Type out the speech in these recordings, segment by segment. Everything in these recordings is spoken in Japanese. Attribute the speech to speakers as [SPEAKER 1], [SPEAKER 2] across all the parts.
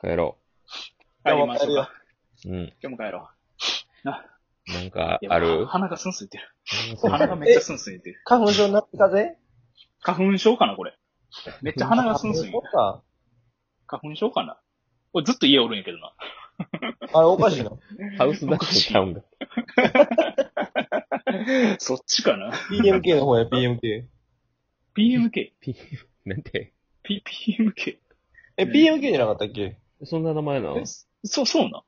[SPEAKER 1] 帰ろ
[SPEAKER 2] 帰りましょうか。
[SPEAKER 1] う。うん。
[SPEAKER 2] 今日も帰ろ
[SPEAKER 1] なんか
[SPEAKER 2] う。いや
[SPEAKER 1] ある
[SPEAKER 2] 鼻がスンスンいってる。
[SPEAKER 1] うん
[SPEAKER 2] 鼻がめっちゃスンスンいってる。
[SPEAKER 3] 花粉症になってたぜ。
[SPEAKER 2] 花粉症かな、これ。めっちゃ 鼻がスンスンい
[SPEAKER 3] そ
[SPEAKER 2] る
[SPEAKER 3] っ。か。
[SPEAKER 2] 花粉症かな。俺ずっと家おるんやけどな。
[SPEAKER 3] あれおかしいな。
[SPEAKER 1] ハウスダッシュちゃうんだ。
[SPEAKER 2] そっちかな。
[SPEAKER 3] PMK の方や、PMK。
[SPEAKER 2] PMK。
[SPEAKER 1] なんて。
[SPEAKER 2] P、PMK。
[SPEAKER 3] え、PMK じゃなかったっけ
[SPEAKER 1] そんな名前なの
[SPEAKER 2] えそう、そうな。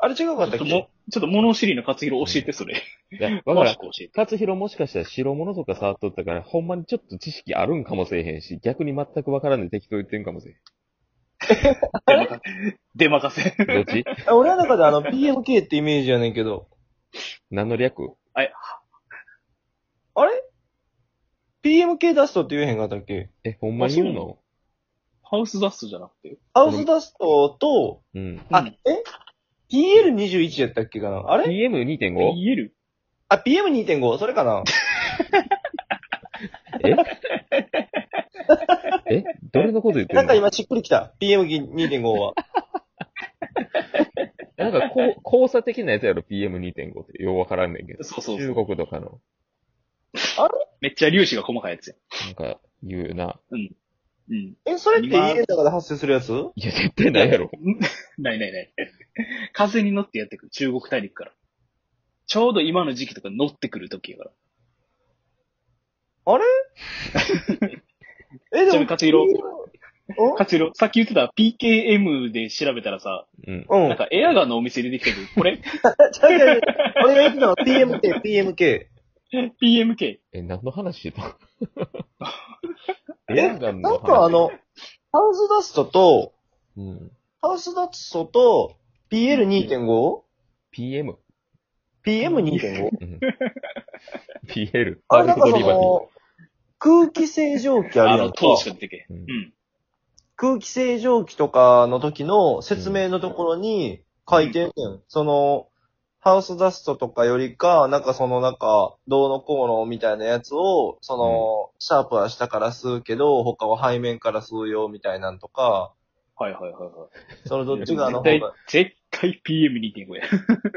[SPEAKER 3] あれ違うかっ
[SPEAKER 2] ちょっ
[SPEAKER 3] たっ
[SPEAKER 2] と
[SPEAKER 3] け
[SPEAKER 2] も、ちょっと物知りの勝弘教えて、それ。
[SPEAKER 1] いや、わか
[SPEAKER 2] 詳
[SPEAKER 1] らん
[SPEAKER 2] しく。教えて。
[SPEAKER 1] 勝弘もしかしたら白物とか触っとったから、ほんまにちょっと知識あるんかもしれへんし、逆に全くわからんで適当言ってんかもしれ
[SPEAKER 2] 出まか出まかせ。
[SPEAKER 1] へん。どっち
[SPEAKER 3] あ俺の中であの PMK ってイメージやねんけど。
[SPEAKER 1] 何の略
[SPEAKER 3] あれ ?PMK ダストって言えへんかったっけ
[SPEAKER 1] え、ほんまに言う
[SPEAKER 2] あそ
[SPEAKER 1] の
[SPEAKER 2] ハウスダストじゃなくて。
[SPEAKER 3] ハウスダストと、
[SPEAKER 1] うん。
[SPEAKER 3] あ
[SPEAKER 2] うん、
[SPEAKER 3] え ?PL21 やったっけかなあれ
[SPEAKER 1] PM2.5?
[SPEAKER 2] 言える
[SPEAKER 3] あ、PM2.5? それかな
[SPEAKER 1] えどれのこと言って
[SPEAKER 3] なんんか
[SPEAKER 1] の
[SPEAKER 3] 今しっくりきた。PM2.5 は。
[SPEAKER 1] なんかこう交差的なやつやろ、PM2.5 って。ようわからんねんけど。
[SPEAKER 2] そうそうそう
[SPEAKER 1] 中。国とかの、
[SPEAKER 2] めっちゃ粒子が細かいやつや。
[SPEAKER 1] なんか、言うよな。
[SPEAKER 2] うん。
[SPEAKER 3] え、それって家の中で発生するやつ
[SPEAKER 1] いや、絶対ないやろ。
[SPEAKER 2] ないないない。風に乗ってやってくる。中国大陸から。ちょうど今の時期とか乗ってくる時やから。
[SPEAKER 3] あれえ、
[SPEAKER 2] ちなみに勝弘
[SPEAKER 3] お
[SPEAKER 2] かつろ、さっき言ってた PKM で調べたらさ、
[SPEAKER 1] うん。
[SPEAKER 3] う ん。
[SPEAKER 2] なんかエアガンのお店出てきたけど、こ れ
[SPEAKER 3] ちゃうちゃうちゃう俺が言ってたのは PMK、PMK。
[SPEAKER 2] PMK。
[SPEAKER 1] え、何の話してた
[SPEAKER 3] え、
[SPEAKER 1] エアガン
[SPEAKER 3] な
[SPEAKER 1] の
[SPEAKER 3] ん
[SPEAKER 1] 話
[SPEAKER 3] かあの、ハウスダストと、
[SPEAKER 1] うん。
[SPEAKER 3] ハウスダストと PL2.5?PM2.5?
[SPEAKER 1] PM。うん。PL。
[SPEAKER 3] あれなんかそ
[SPEAKER 1] バー
[SPEAKER 3] の、空気清浄機あ
[SPEAKER 2] あ
[SPEAKER 3] るや
[SPEAKER 2] の、
[SPEAKER 3] んか。
[SPEAKER 2] 当時から出てけ。
[SPEAKER 1] う
[SPEAKER 2] うんん。
[SPEAKER 3] 空気清浄機とかの時の説明のところに書いてんねん。その、ハウスダストとかよりか、なんかそのなんか、どうのこうのみたいなやつを、その、シャープは下から吸うけど、他は背面から吸うよみたいなんとか、
[SPEAKER 2] はいはいはいはい。
[SPEAKER 3] そのどっちがあの
[SPEAKER 2] 絶対
[SPEAKER 3] 方が、、
[SPEAKER 2] 絶対 PM2.5 や。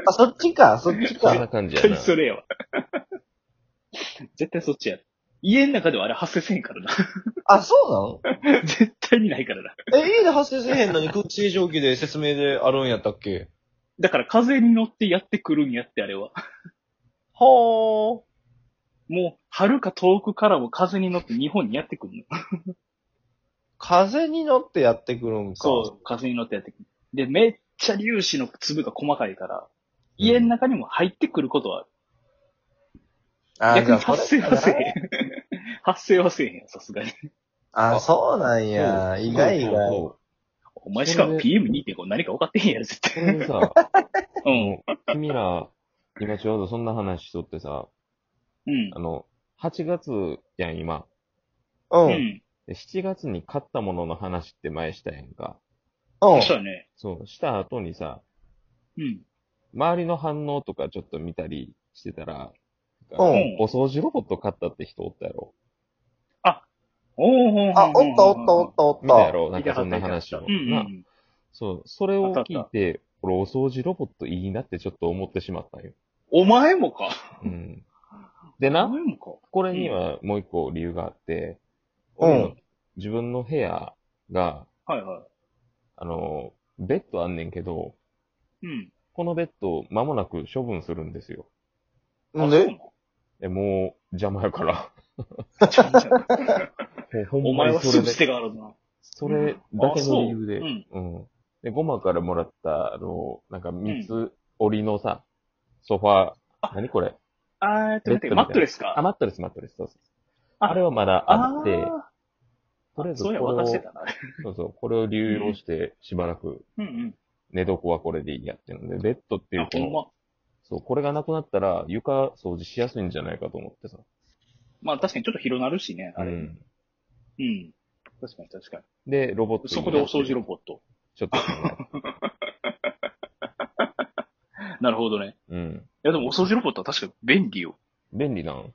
[SPEAKER 3] あ、そっちか、そっち
[SPEAKER 1] こんな
[SPEAKER 3] か。
[SPEAKER 1] 感じや
[SPEAKER 2] 絶
[SPEAKER 1] な。
[SPEAKER 2] 対それやわ。絶対そっちや。家の中ではあれ発生せんからな。
[SPEAKER 3] あ、そうな
[SPEAKER 2] 絶対にないからな。
[SPEAKER 3] のえ、家で発生せえへんのに空気清浄機で説明であるんやったっけ
[SPEAKER 2] だから風に乗ってやってくるんやって、あれは。
[SPEAKER 3] はー。
[SPEAKER 2] もう、遥か遠くからも風に乗って日本にやってくるの。
[SPEAKER 3] 風に乗ってやってくるんか。
[SPEAKER 2] そう、風に乗ってやってくる。で、めっちゃ粒子の粒が細かいから、
[SPEAKER 1] うん
[SPEAKER 2] 家の中にも入ってくることはある。
[SPEAKER 3] あ
[SPEAKER 2] 逆
[SPEAKER 3] じゃ
[SPEAKER 2] に
[SPEAKER 3] あそれ
[SPEAKER 2] 発生はせえへん。 発生はせえへんよ、さすがに。
[SPEAKER 3] あ、そうなん
[SPEAKER 1] そう
[SPEAKER 3] や。意外意外。
[SPEAKER 1] そ
[SPEAKER 2] お前しかも
[SPEAKER 1] そ
[SPEAKER 2] PM2.5 何か分かってへんやろ、絶
[SPEAKER 1] うそう。
[SPEAKER 2] 対。
[SPEAKER 1] これでさ、
[SPEAKER 2] うん。
[SPEAKER 1] 君ら、今ちょうどそんな話しとってさ、
[SPEAKER 2] うん
[SPEAKER 1] あ。の、8月やん、今。
[SPEAKER 3] う
[SPEAKER 2] う
[SPEAKER 3] ん。うん。
[SPEAKER 2] ん。
[SPEAKER 1] で7月に買ったものの話って前したやんか。
[SPEAKER 2] そうやね。
[SPEAKER 1] そう、した後にさ、
[SPEAKER 2] うん。
[SPEAKER 1] 周りの反応とかちょっと見たりしてたら、
[SPEAKER 3] うん
[SPEAKER 1] お掃除ロボット買ったって人おったやろ
[SPEAKER 2] おーおー
[SPEAKER 3] あ、おったおったおったお
[SPEAKER 1] 見たや
[SPEAKER 3] っ
[SPEAKER 1] ろなんかそんな話を。
[SPEAKER 2] うんう。
[SPEAKER 1] なんそう、それを
[SPEAKER 2] あった
[SPEAKER 1] 聞
[SPEAKER 2] あ
[SPEAKER 1] い
[SPEAKER 2] った
[SPEAKER 1] て、俺お掃除ロボットいいなってちょっと思ってしまったんよ。
[SPEAKER 2] お前もか。
[SPEAKER 1] うん。で
[SPEAKER 2] お
[SPEAKER 1] な、
[SPEAKER 2] 前もか。
[SPEAKER 1] これにはもう一個理由があって、
[SPEAKER 3] うん
[SPEAKER 1] 俺の自分の部屋が、
[SPEAKER 2] はいは
[SPEAKER 1] あの、ベッドあんねんけど、
[SPEAKER 2] い。うん。
[SPEAKER 1] このベッド間もなく処分するんですよ。
[SPEAKER 3] た。なん
[SPEAKER 2] あ
[SPEAKER 3] で
[SPEAKER 1] え、もう邪魔やから。
[SPEAKER 2] そうなんちゃ
[SPEAKER 1] も
[SPEAKER 2] う
[SPEAKER 1] うほんま
[SPEAKER 2] お
[SPEAKER 1] に
[SPEAKER 2] 前はす
[SPEAKER 1] それ
[SPEAKER 2] ぐ
[SPEAKER 1] で
[SPEAKER 2] 捨てがあるな。
[SPEAKER 1] それだけの理由で。
[SPEAKER 2] あそううん
[SPEAKER 1] うん。で、ゴマからもらった、あの、なんか三つ折りのさ、ソファ
[SPEAKER 2] あ
[SPEAKER 1] ー、何これ
[SPEAKER 2] あー、えっと、待って、
[SPEAKER 1] ベッドみたいな
[SPEAKER 2] マットレスか。
[SPEAKER 1] あ、マットレス、マットレス、そうそう
[SPEAKER 2] あ
[SPEAKER 1] あれはまだあって、とりあえ
[SPEAKER 2] ー
[SPEAKER 1] ず
[SPEAKER 2] そ
[SPEAKER 1] こ
[SPEAKER 2] う
[SPEAKER 1] れ
[SPEAKER 2] や、渡
[SPEAKER 1] を、そ
[SPEAKER 2] して
[SPEAKER 1] う
[SPEAKER 2] たな。あれ
[SPEAKER 1] そう、これを流用して、しばらく、
[SPEAKER 2] うんうん。
[SPEAKER 1] 寝床はこれでいいやっていうので、ベッドっていう、
[SPEAKER 2] あ
[SPEAKER 1] こ
[SPEAKER 2] ほん
[SPEAKER 1] の、
[SPEAKER 2] ま。
[SPEAKER 1] そう、これがなくなったら、床掃除しやすいんじゃないかと思ってさ。
[SPEAKER 2] まあ確かにちょっと広なるしね、あれ。
[SPEAKER 1] う
[SPEAKER 2] うん
[SPEAKER 1] ん。
[SPEAKER 2] 確かに確かに。
[SPEAKER 1] で、ロボットに
[SPEAKER 2] そこでお掃除ロ
[SPEAKER 1] ボット。
[SPEAKER 2] ボット。
[SPEAKER 1] ちょっと考えて、
[SPEAKER 2] なるほどね。
[SPEAKER 1] うん。
[SPEAKER 2] いやでもお掃除ロボットは確かに便利よ。
[SPEAKER 1] 便利なん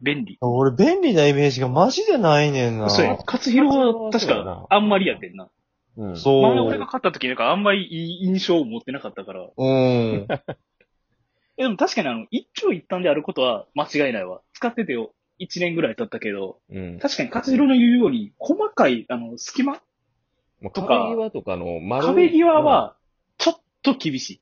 [SPEAKER 2] 便利。
[SPEAKER 3] 俺、便利なイメージがマジでないねんな。
[SPEAKER 2] そうや。勝弘は確
[SPEAKER 1] そうやな
[SPEAKER 2] かあんまりやってんな。
[SPEAKER 1] うん。
[SPEAKER 3] そう。
[SPEAKER 2] 前俺が買った時なんかあんまりいい印象を持ってなかったから。
[SPEAKER 3] うん。
[SPEAKER 2] え、でも確かにあの、一長一短であることは間違いないわ。使っててよ、一年ぐらい経ったけど、
[SPEAKER 1] うん。
[SPEAKER 2] 確かに勝弘の言うように、細かい、あの、隙間
[SPEAKER 1] まあ、
[SPEAKER 2] とか
[SPEAKER 1] 壁際とかの丸い
[SPEAKER 2] 壁際、は、ちょっと厳しい。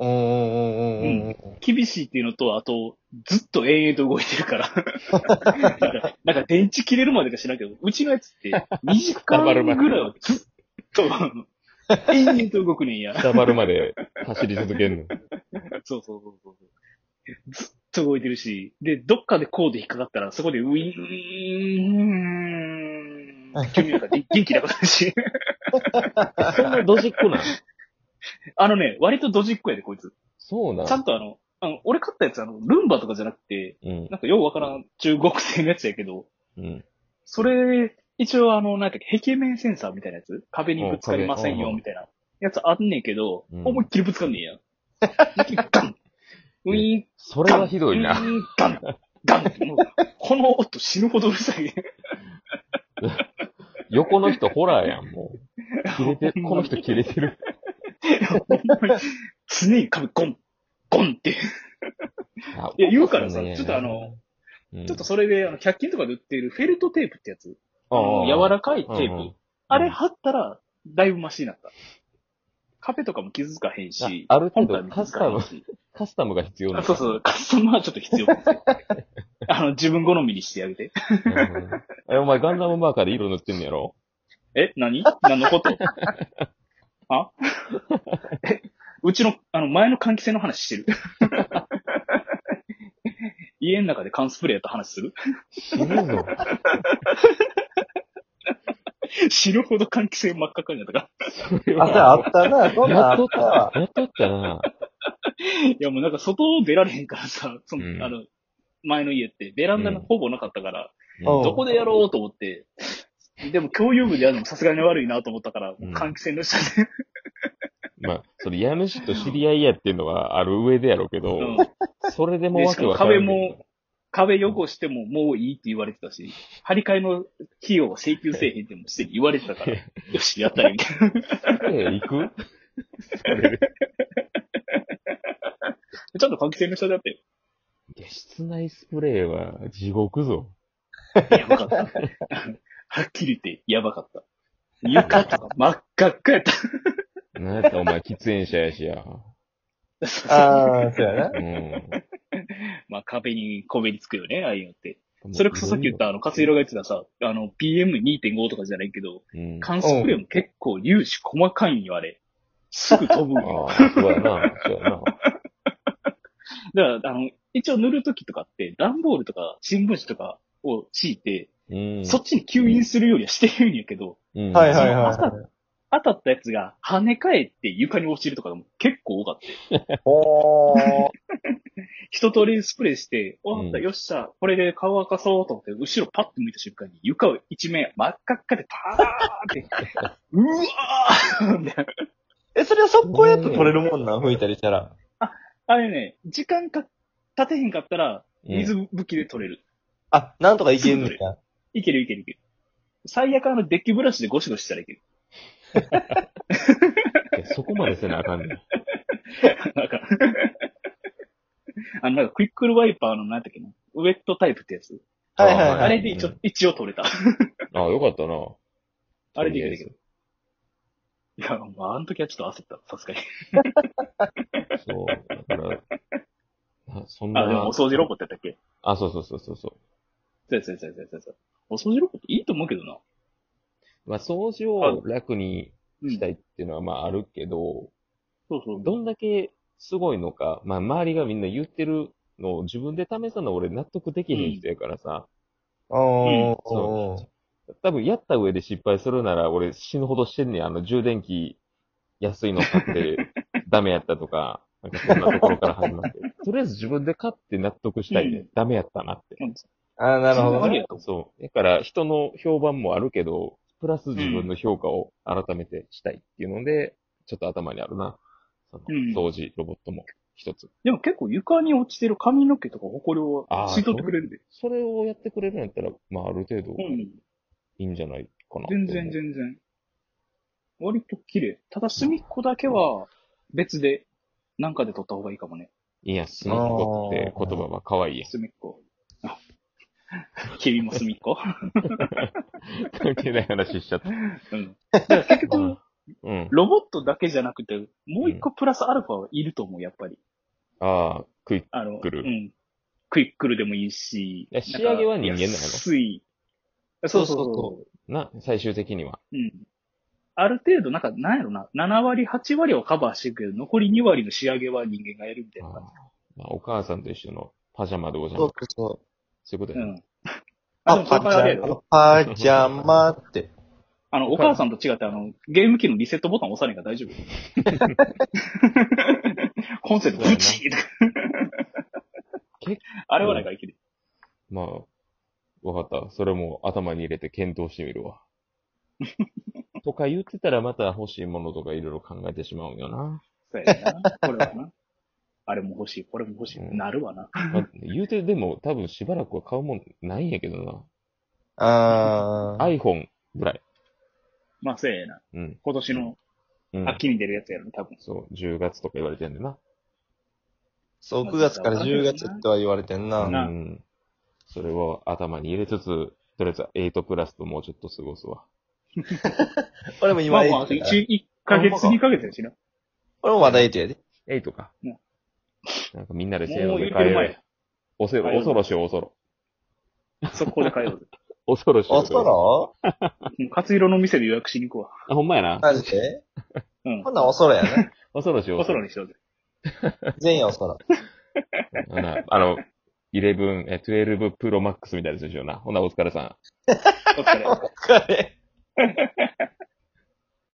[SPEAKER 3] うんうんうんうんうん。
[SPEAKER 2] 厳しいっていうのと、あと、ずっと延々と動いてるから。 なんか、なんか電池切れるまでか知らんけど、うちのやつって、2時間ぐらいはずっと、 延々と動くねんや。
[SPEAKER 1] うん下丸まで走り続 けるの。
[SPEAKER 2] そうそうそうそう。ずっと動いてるし、で、どっかでコード引っかかったら、そこでウィーン、急になんか元気なくなるし。
[SPEAKER 1] そんなドジっ子なん
[SPEAKER 2] あのね、割とドジっ子やで、こいつ。
[SPEAKER 1] そうなん
[SPEAKER 2] ちゃんとあの、あの俺買ったやつ、あの、ルンバとかじゃなくて、
[SPEAKER 1] うん。
[SPEAKER 2] なんかようわからん中国製のやつやけど、
[SPEAKER 1] うん。
[SPEAKER 2] それ、一応あの、なんていうか、壁面センサーみたいなやつ壁にぶつかりません
[SPEAKER 1] う
[SPEAKER 2] よ、
[SPEAKER 1] ん
[SPEAKER 2] みたいな。やつあんねんけど、
[SPEAKER 1] うん
[SPEAKER 2] 思いっきりぶつかんね んや。ガンウィーン、
[SPEAKER 1] それはひどいな。
[SPEAKER 2] ガンガンガンもうこの音死ぬほどうるさい。
[SPEAKER 1] 横の人ホラーやん、もう。切れて、この人切れてる。
[SPEAKER 2] ほんまに常に壁ゴン、ゴンって。
[SPEAKER 1] あ
[SPEAKER 2] いや言うからさ
[SPEAKER 1] そうなんや
[SPEAKER 2] ちょっとあの、
[SPEAKER 1] うん
[SPEAKER 2] ちょっと、それで、あの、100均とかで売っているフェルトテープってやつ。
[SPEAKER 1] ああ
[SPEAKER 2] 柔らかいテープ。
[SPEAKER 1] うんうん
[SPEAKER 2] あれ貼ったら、だいぶマシになった。壁とかも傷つかへんし。
[SPEAKER 1] あある程度
[SPEAKER 2] 本体も傷つかへんし
[SPEAKER 1] カスタムが必要な
[SPEAKER 2] あ
[SPEAKER 1] の
[SPEAKER 2] そうそう、カスタムはちょっと必要かも しれないあの、自分好みにしてあげて。
[SPEAKER 1] なるほどねえ、お前ガンダムマーカーで色塗ってんのやろ
[SPEAKER 2] え何何のこと あえうちの、あの、前の換気扇の話 してる。家の中で缶スプレーやった話する
[SPEAKER 1] 死ぬぞ。
[SPEAKER 2] 死ぬほど換気扇真っ赤っかになったから。
[SPEAKER 3] あ、じゃあ、あったな、そんなん
[SPEAKER 1] や
[SPEAKER 3] あ
[SPEAKER 1] っと
[SPEAKER 3] っ
[SPEAKER 1] った
[SPEAKER 3] わ。
[SPEAKER 1] た、やっとったな。
[SPEAKER 2] いや、もうなんか外出られへんからさ、 その、
[SPEAKER 1] うん
[SPEAKER 2] あの、前の家ってベランダのほぼなかったから、
[SPEAKER 3] うん
[SPEAKER 2] どこでやろうと思って、でも共有部でやるのもさすがに悪いなと思ったから、もう換気扇の下で、
[SPEAKER 1] まあ、それ家主と知り合いやっていうのはある上でやろうけど、
[SPEAKER 2] うん
[SPEAKER 1] それでも
[SPEAKER 2] で、
[SPEAKER 1] わ
[SPEAKER 2] し
[SPEAKER 1] け
[SPEAKER 2] かも
[SPEAKER 1] わからんけ
[SPEAKER 2] 壁
[SPEAKER 1] ど
[SPEAKER 2] も、壁汚してももういいって言われてたし、張り替えの費用を請求せえへんってもうすでに言われて たから、よし、やったらいいみたいな。
[SPEAKER 1] ええ行く
[SPEAKER 2] ちょっと換気扇の下でやって
[SPEAKER 1] いや室内スプレーは地獄ぞ。
[SPEAKER 2] よ。やばかった。 はっきり言って、やばかった。床とか真っ赤っかやった。
[SPEAKER 1] なんやったらお前喫煙者やしや。
[SPEAKER 3] ああ、そうやな。
[SPEAKER 1] うん。
[SPEAKER 2] まあ壁にこべりつくよね、ああいうのって。それこそさっき言った、あの、勝弘が言ってたさ、あの、PM2.5 とかじゃないけど、
[SPEAKER 1] うん。あ
[SPEAKER 2] 缶スプレーも結構粒子細かいんよ、あれ。すぐ飛ぶんよ。
[SPEAKER 1] あ、そうやな、そうやな。
[SPEAKER 2] だから、あの、一応塗るときとかって、段ボールとか新聞紙とかを敷いて、
[SPEAKER 1] うん。
[SPEAKER 2] そっちに吸引するよりはしてるんやけど、
[SPEAKER 1] うん、
[SPEAKER 3] はいはい
[SPEAKER 2] その
[SPEAKER 3] は
[SPEAKER 2] 朝当たったやつが跳ね返って床に落ちるとかも結構多かった。
[SPEAKER 3] い。おー。
[SPEAKER 2] 一通りスプレーして、終わった、
[SPEAKER 1] うん
[SPEAKER 2] よっしゃ、これで顔乾かそうと思って、後ろパッと向いた瞬間に床を一面真っ赤っかでパーって、うわーみたいな
[SPEAKER 3] え、それは速攻やっと取れるもんなん、吹いたりしたら。
[SPEAKER 2] あれね、時間か、経てへんかったら、
[SPEAKER 1] うん
[SPEAKER 2] 水拭きで取れる。
[SPEAKER 3] あ、なんとかいけんのや。
[SPEAKER 2] いけるいけるいける。最悪あのデッキブラシでゴシゴシしたらいける。
[SPEAKER 1] いやそこまでせなあかんね ん。
[SPEAKER 2] なんか、あの、なんかクイックルワイパーのなんだっけな、ウェットタイプってやつ。
[SPEAKER 3] はいはい
[SPEAKER 1] ん
[SPEAKER 2] あ
[SPEAKER 3] は
[SPEAKER 2] れ
[SPEAKER 3] い。
[SPEAKER 2] で一
[SPEAKER 1] う
[SPEAKER 2] 応
[SPEAKER 1] ん、
[SPEAKER 2] 一応取れた。
[SPEAKER 1] ああ、よかったな。
[SPEAKER 2] あれでいけるいける。いや、まあ、あの時はちょっと焦った、さすがに。
[SPEAKER 1] そう、だから、あそんな。
[SPEAKER 2] あ、でもお掃除ロボットやったっけ
[SPEAKER 1] あ、そうそうそうそうそう。
[SPEAKER 2] そうそうそうそうそう。お掃除ロボットいいと思うけどな。
[SPEAKER 1] まあ、掃除を楽に
[SPEAKER 2] うん。
[SPEAKER 1] したいっていうのは、まあ、あるけど、
[SPEAKER 2] そうそう。
[SPEAKER 1] どんだけすごいのか、まあ、周りがみんな言ってるのを自分で試すの俺納得できへん人やからさ、
[SPEAKER 3] おー。
[SPEAKER 1] そ
[SPEAKER 3] お
[SPEAKER 1] 多分やった上で失敗するなら俺死ぬほどしてんねん。あの、充電器安いの買 ってダメやったとか、なんかそんなところから始ま って。とりあえず自分で買って納得したいね。
[SPEAKER 2] うん
[SPEAKER 1] ダメやったなって。
[SPEAKER 3] ーあー、なるほ
[SPEAKER 2] そんな
[SPEAKER 3] ど
[SPEAKER 2] あり
[SPEAKER 3] ね。
[SPEAKER 2] やと思
[SPEAKER 1] そう。だから人の評判もあるけど、プラス自分の評価を改めてしたいっていうので、ちょっと頭にあるな。その
[SPEAKER 2] うん
[SPEAKER 1] 掃除、ロボットも一つ。
[SPEAKER 2] う。でも結構床に落ちてる髪の毛とか埃を
[SPEAKER 1] あー
[SPEAKER 2] 吸い取ってくれるで。
[SPEAKER 1] それをやってくれるんやったら、まあある程度
[SPEAKER 2] うん
[SPEAKER 1] い。いんじゃないかな。
[SPEAKER 2] 全然全然。割と綺麗。ただ隅っこだけは別で、なんかで撮った方がいいかもね。
[SPEAKER 1] いや、隅っこって言葉は可愛いやん。
[SPEAKER 2] 隅っこ。あ君も隅っこ
[SPEAKER 1] 関係ない話しちゃった。
[SPEAKER 2] うん。だから結局、
[SPEAKER 1] うん。
[SPEAKER 2] ロボットだけじゃなくて、もう一個プラスアルファはいると思う、やっぱり。
[SPEAKER 1] ああ、クイック。
[SPEAKER 2] あの、
[SPEAKER 1] クル
[SPEAKER 2] うん。クイックルでもいいし。
[SPEAKER 1] いや仕上げは人間なの
[SPEAKER 2] 安い。そうそう
[SPEAKER 1] そう
[SPEAKER 2] そ
[SPEAKER 1] な、最終的には。
[SPEAKER 2] う。うん。ある程度、なんか、なんやろな、7割、8割はカバーしていくけど、残り2割の仕上げは人間がやるみたい
[SPEAKER 1] あ
[SPEAKER 2] な
[SPEAKER 1] あ
[SPEAKER 2] 感
[SPEAKER 1] まあ、お母さんと一緒のパジャマでおじゃ
[SPEAKER 3] そ
[SPEAKER 1] ま
[SPEAKER 3] う。そう。
[SPEAKER 1] そういうこと
[SPEAKER 2] じ。う
[SPEAKER 1] やね。
[SPEAKER 2] ん。あ、
[SPEAKER 3] あ、
[SPEAKER 2] でもそ
[SPEAKER 3] パ
[SPEAKER 2] こからあれや
[SPEAKER 3] ジャ
[SPEAKER 2] ろ
[SPEAKER 3] マ、パジャマって。
[SPEAKER 2] あの、お母さんと違って、あの、ゲーム機のリセットボタン押さないから大丈 夫。コンセントブチーとか
[SPEAKER 1] 結。
[SPEAKER 2] あれはなんかいける。
[SPEAKER 1] まあ、わかった。それも頭に入れて検討してみる わ。とか言ってたらまた欲しいものとかいろいろ考えてしまうんよな。
[SPEAKER 2] そうやな。これはな。あれも欲しい、これも欲しい。
[SPEAKER 1] うん
[SPEAKER 2] なるわな。
[SPEAKER 1] まあ、言うてでも多分しばらくは買うもんないんやけどな。
[SPEAKER 3] あー。
[SPEAKER 1] iPhone ぐらい。
[SPEAKER 2] まあ、せえな。
[SPEAKER 1] うん。
[SPEAKER 2] 今年の
[SPEAKER 1] うん。
[SPEAKER 2] 秋に出るやつやろ、多分。
[SPEAKER 1] そう、10月とか言われてんでな。
[SPEAKER 3] そう、9月から10月とは言われてん
[SPEAKER 1] う。
[SPEAKER 3] な。
[SPEAKER 2] なん
[SPEAKER 1] それを頭に入れつつ、とりあえずは8プラスともうちょっと過ごすわ。
[SPEAKER 3] 俺も
[SPEAKER 2] ま
[SPEAKER 3] 今
[SPEAKER 2] あ
[SPEAKER 3] 8
[SPEAKER 2] まあ、
[SPEAKER 3] やから、
[SPEAKER 2] 1、一ヶ月、2ヶ月やしな。
[SPEAKER 3] 俺もまだ8やで。
[SPEAKER 1] 8か
[SPEAKER 2] うん。
[SPEAKER 1] なんかみんなでせーので
[SPEAKER 2] もう
[SPEAKER 1] 変え
[SPEAKER 2] 言うてる
[SPEAKER 1] よう
[SPEAKER 2] 前
[SPEAKER 1] よ。おせろ、恐ろしよう、恐ろ。
[SPEAKER 2] 速攻で通う。
[SPEAKER 1] 恐ろしよう。
[SPEAKER 3] あ、そうだろ
[SPEAKER 2] うん勝色の店で予約しに行くわ。
[SPEAKER 1] あ、ほんまやな。
[SPEAKER 3] マジで
[SPEAKER 2] うん
[SPEAKER 3] ほ。んならお空やな。
[SPEAKER 1] 恐ろしよう。
[SPEAKER 2] おそろにしようぜ。
[SPEAKER 3] 全員お空。
[SPEAKER 1] ほなあの、11、え、12 Pro Max みたいなやつでしょうな。ほな、お疲れさん。
[SPEAKER 2] お疲れ。
[SPEAKER 3] お疲れ。